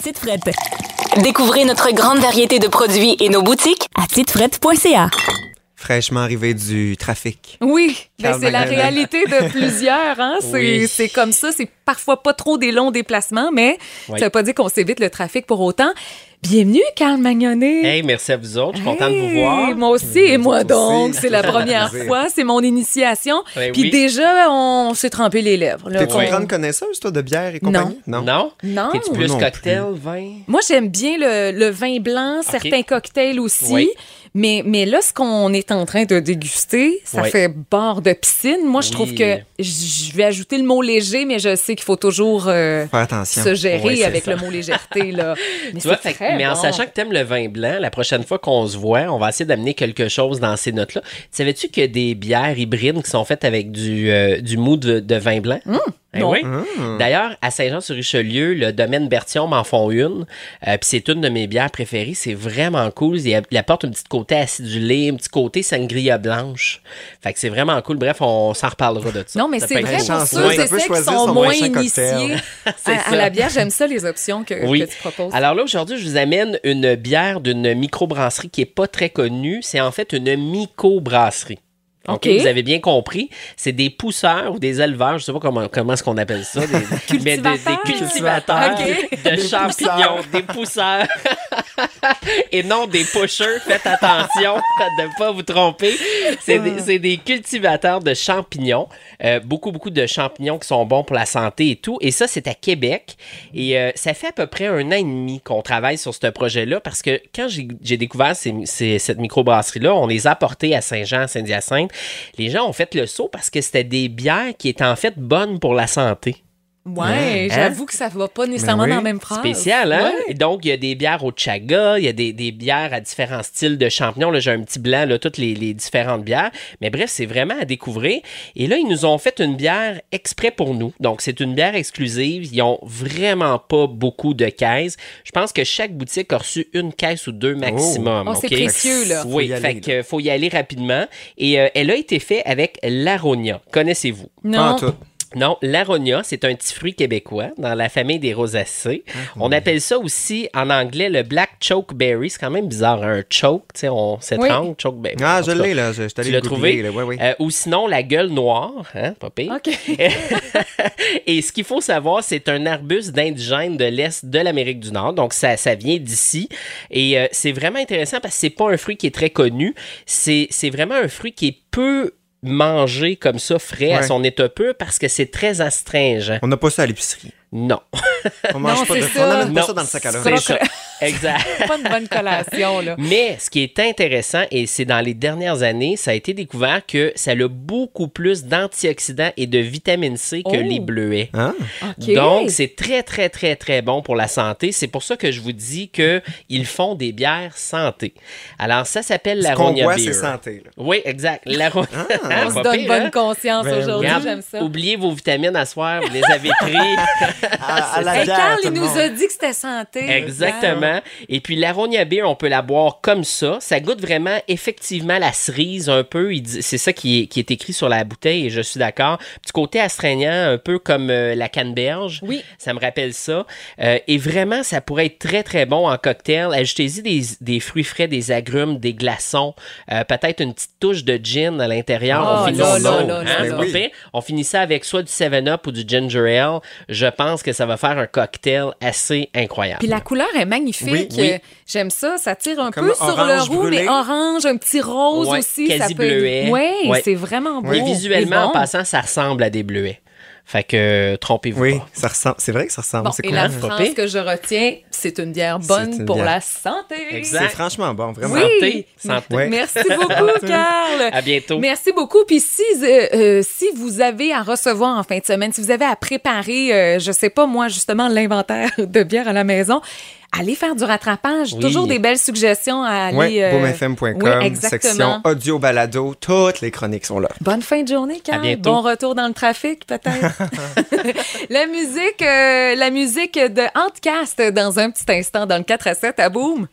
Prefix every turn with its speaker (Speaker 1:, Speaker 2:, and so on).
Speaker 1: Tite Frette. Découvrez notre grande variété de produits et nos boutiques à titefrette.ca.
Speaker 2: fraîchement arrivé du trafic.
Speaker 3: Oui, ben
Speaker 4: Ah,
Speaker 2: Quand
Speaker 3: c'est la
Speaker 2: même.
Speaker 3: réalité de plusieurs. Hein? C'est
Speaker 2: Oui.
Speaker 3: c'est comme ça. C'est parfois pas trop des longs déplacements, mais
Speaker 4: Oui.
Speaker 3: ça veut pas dire qu'on s'évite le trafic pour autant. Bienvenue, Carl Magnonnet.
Speaker 4: Hey, merci à vous autres. Je suis contente de vous
Speaker 3: Hey,
Speaker 4: voir.
Speaker 3: Moi aussi et moi
Speaker 2: Aussi.
Speaker 3: donc. C'est la première
Speaker 2: Plaisir.
Speaker 3: fois, c'est mon initiation.
Speaker 4: Ben
Speaker 3: Puis
Speaker 4: oui.
Speaker 3: déjà, on s'est trempé les lèvres. là.
Speaker 2: T'es-tu
Speaker 3: On-
Speaker 2: une grande connaisseuse, toi, de bière et compagnie?
Speaker 4: Non?
Speaker 3: Non.
Speaker 4: T'es-tu plus
Speaker 2: non
Speaker 4: cocktail, vin?
Speaker 3: Moi, j'aime bien le, le vin blanc, certains cocktails aussi.
Speaker 4: Oui.
Speaker 3: Mais, mais là, ce qu'on est en train de déguster, ça
Speaker 4: Oui.
Speaker 3: fait bord de piscine. Moi, je
Speaker 4: Oui.
Speaker 3: trouve que j- je vais ajouter le mot léger, mais je sais qu'il faut toujours euh,
Speaker 2: Faire attention.
Speaker 3: se gérer
Speaker 4: Oui, c'est
Speaker 3: avec
Speaker 4: ça.
Speaker 3: le mot légèreté. Là. Mais
Speaker 4: Tu vois,
Speaker 3: c'est
Speaker 4: fait que-
Speaker 3: très
Speaker 4: mais en
Speaker 3: bon.
Speaker 4: sachant que t'aimes le vin blanc, la prochaine fois qu'on se voit, on va essayer d'amener quelque chose dans ces notes-là. Savais-tu que des bières hybrides qui sont faites avec du, euh, du mou de, de vin blanc? Eh
Speaker 3: Mmh. non.
Speaker 4: oui. D'ailleurs, à Saint-Jean-sur-Richelieu, le domaine Bertillon m'en font une. Euh, Puis c'est une de mes bières préférées. C'est vraiment cool. Il il apporte un petit côté acidulé, un petit côté sangria blanche. Fait que c'est vraiment cool. Bref, on s'en reparlera de ça.
Speaker 3: Non, mais
Speaker 4: Ça
Speaker 3: c'est
Speaker 4: peut être
Speaker 3: vrai
Speaker 4: cool.
Speaker 2: une
Speaker 3: pour
Speaker 2: chance.
Speaker 3: ceux
Speaker 2: Oui. On
Speaker 3: et
Speaker 2: peut
Speaker 3: celles qui
Speaker 2: choisir
Speaker 3: sont
Speaker 2: son
Speaker 3: moins
Speaker 2: prochain cocktail.
Speaker 3: initiés
Speaker 4: C'est
Speaker 3: à, à
Speaker 4: ça.
Speaker 3: la bière. J'aime ça, les options que, que tu proposes.
Speaker 4: Alors là, aujourd'hui, je vous amène une bière d'une microbrasserie qui est pas très connue. C'est en fait une microbrasserie.
Speaker 3: OK.
Speaker 4: Vous avez bien compris. C'est des pousseurs ou des éleveurs, je ne sais pas comment, comment est-ce qu'on appelle ça. Des, mais des- des
Speaker 3: Cultivateurs.
Speaker 4: cultivateurs
Speaker 3: OK.
Speaker 4: de champignons, des pousseurs. Et non des pushers. Faites attention de ne pas vous tromper. C'est des, c'est des cultivateurs de champignons. Euh, beaucoup, beaucoup de champignons qui sont bons pour la santé et tout. Et ça, c'est à Québec. Et euh, ça fait à peu près un an et demi qu'on travaille sur ce projet-là parce que quand j'ai j'ai découvert ces, ces- cette microbrasserie-là, on les a apportés à Saint-Jean, à Saint-Hyacinthe. Les gens ont fait le saut parce que c'était des bières qui étaient en fait bonnes pour la santé.
Speaker 3: Ouais,
Speaker 4: Hein?
Speaker 3: j'avoue que ça va pas nécessairement
Speaker 2: Ben oui.
Speaker 3: dans la même phrase.
Speaker 4: Spécial, hein?
Speaker 3: Ouais.
Speaker 4: Et Donc, il y a des bières au chaga, il y a des, des bières à différents styles de champignons. Là, j'ai un petit blanc, là, toutes les, les différentes bières. Mais bref, c'est vraiment à découvrir. Et là, ils nous ont fait une bière exprès pour nous. Donc, c'est une bière exclusive. Ils ont vraiment pas beaucoup de caisses. Je pense que chaque boutique a reçu une caisse ou deux maximum.
Speaker 3: Oh, c'est
Speaker 4: OK?
Speaker 3: précieux, là.
Speaker 2: Faut
Speaker 4: Oui,
Speaker 2: y aller,
Speaker 4: fait
Speaker 2: là.
Speaker 4: que, euh, faut y aller rapidement. Et euh, elle a été faite avec l'aronia. Connaissez-vous?
Speaker 2: Pas en
Speaker 3: Non.
Speaker 2: tout.
Speaker 4: Non, l'aronia, c'est un petit fruit québécois dans la famille des rosacées.
Speaker 2: Ah,
Speaker 4: On appelle ça aussi en anglais le black chokeberry. C'est quand même bizarre, hein, un choke, tu sais, on s'étrangle, chokeberry.
Speaker 2: Ah,
Speaker 4: En
Speaker 2: je
Speaker 4: tout cas,
Speaker 2: l'ai, là. Je, je suis allé
Speaker 4: Tu l'as
Speaker 2: le googler,
Speaker 4: trouvé?
Speaker 2: là. Ouais, ouais.
Speaker 4: Euh, ou sinon, la gueule noire, hein, pas pire.
Speaker 3: OK.
Speaker 4: Et ce qu'il faut savoir, c'est un arbuste d'indigène de l'Est de l'Amérique du Nord. Donc, ça, ça vient d'ici. Et euh, c'est vraiment intéressant parce que c'est pas un fruit qui est très connu. C'est c'est vraiment un fruit qui est peu mangé comme ça, frais, à
Speaker 2: Ouais.
Speaker 4: son état peu, parce que c'est très astringent.
Speaker 2: On n'a pas ça à l'épicerie.
Speaker 4: Non.
Speaker 2: On mange
Speaker 3: Non,
Speaker 2: pas
Speaker 3: c'est
Speaker 2: de
Speaker 3: ça.
Speaker 2: ça. On n'amène pas
Speaker 4: Non,
Speaker 2: ça dans le sac à
Speaker 4: C'est
Speaker 2: linge.
Speaker 4: ça. Exact.
Speaker 3: pas une bonne collation, là.
Speaker 4: Mais ce qui est intéressant, et c'est dans les dernières années, ça a été découvert que ça a beaucoup plus d'antioxydants et de vitamine C que
Speaker 3: Oh.
Speaker 4: les bleuets.
Speaker 2: Hein?
Speaker 3: OK.
Speaker 4: Donc, c'est très, très, très, très bon pour la santé. C'est pour ça que je vous dis que ils font des bières santé. Alors, ça s'appelle
Speaker 2: Ce
Speaker 4: la
Speaker 2: qu'on
Speaker 4: Ronia
Speaker 2: voit,
Speaker 4: Beer.
Speaker 2: c'est santé, là.
Speaker 4: Oui, exact. La Ronia.
Speaker 3: Ah.
Speaker 2: Hein?
Speaker 3: on se donne bonne conscience
Speaker 2: Ben oui.
Speaker 3: aujourd'hui,
Speaker 4: hein? Regarde,
Speaker 3: j'aime ça.
Speaker 4: Oubliez vos vitamines à soir, vous les avez pris.
Speaker 2: Ah, À, à la
Speaker 3: Hey,
Speaker 2: bière,
Speaker 3: Carl,
Speaker 2: tout
Speaker 3: il
Speaker 2: le
Speaker 3: nous
Speaker 2: monde.
Speaker 3: a dit que c'était santé.
Speaker 4: Exactement. Et puis l'aronia beer, on peut la boire comme ça. Ça goûte vraiment effectivement la cerise un peu. Il dit- C'est ça qui est, qui est écrit sur la bouteille et je suis d'accord. Petit côté astreignant, un peu comme euh, la canneberge.
Speaker 3: Oui.
Speaker 4: Ça me rappelle ça. Euh, et vraiment, ça pourrait être très très bon en cocktail. Ajoutez-y des, des fruits frais, des agrumes, des glaçons, euh, peut-être une petite touche de gin à l'intérieur.
Speaker 3: Oh,
Speaker 4: on finit
Speaker 3: là,
Speaker 4: ça.
Speaker 3: là, là,
Speaker 4: Hein,
Speaker 3: là,
Speaker 4: c'est
Speaker 2: là.
Speaker 4: pas pire. On finit ça avec soit du 7-Up ou du ginger ale. Je pense que ça va faire un cocktail assez incroyable.
Speaker 3: Puis la couleur est magnifique.
Speaker 2: Oui, oui.
Speaker 3: Euh, J'aime ça. Ça tire un
Speaker 2: Comme
Speaker 3: peu sur le
Speaker 2: orange
Speaker 3: roux, mais
Speaker 2: brûlé.
Speaker 3: orange, un petit rose
Speaker 4: Ouais,
Speaker 3: aussi.
Speaker 4: quasi
Speaker 3: ça peut...
Speaker 4: bleuet.
Speaker 3: Oui,
Speaker 4: Ouais.
Speaker 3: c'est vraiment beau.
Speaker 4: Et visuellement, en
Speaker 3: bon.
Speaker 4: passant, ça ressemble à des bleuets. Fait que euh, trompez-vous
Speaker 2: Oui,
Speaker 4: pas.
Speaker 2: ça ressemble. C'est vrai que ça ressemble.
Speaker 3: Bon,
Speaker 2: c'est
Speaker 3: et
Speaker 2: cool.
Speaker 3: la
Speaker 2: Hein?
Speaker 3: phrase
Speaker 4: frappé.
Speaker 3: que je retiens, c'est une bière bonne
Speaker 2: C'est une
Speaker 3: pour
Speaker 2: bière.
Speaker 3: la santé.
Speaker 4: Exact.
Speaker 2: C'est franchement bon, vraiment.
Speaker 3: Oui.
Speaker 4: Santé, santé.
Speaker 2: Ouais.
Speaker 3: Merci beaucoup, Carl.
Speaker 4: À bientôt.
Speaker 3: Merci beaucoup. Puis si, euh, euh, si vous avez à recevoir en fin de semaine, si vous avez à préparer, euh, je sais pas moi, justement, l'inventaire de bière à la maison, allez faire du rattrapage.
Speaker 4: Oui.
Speaker 3: Toujours des belles suggestions à aller...
Speaker 2: Oui,
Speaker 3: euh,
Speaker 2: boomfm.com,
Speaker 3: oui, exactement.
Speaker 2: section audio balado, toutes les chroniques sont là.
Speaker 3: Bonne fin de journée, Carl.
Speaker 4: À bientôt.
Speaker 3: Bon retour dans le trafic, peut-être. la musique, euh, la musique de Handcast dans un petit instant dans le 4 à 7 à Boom.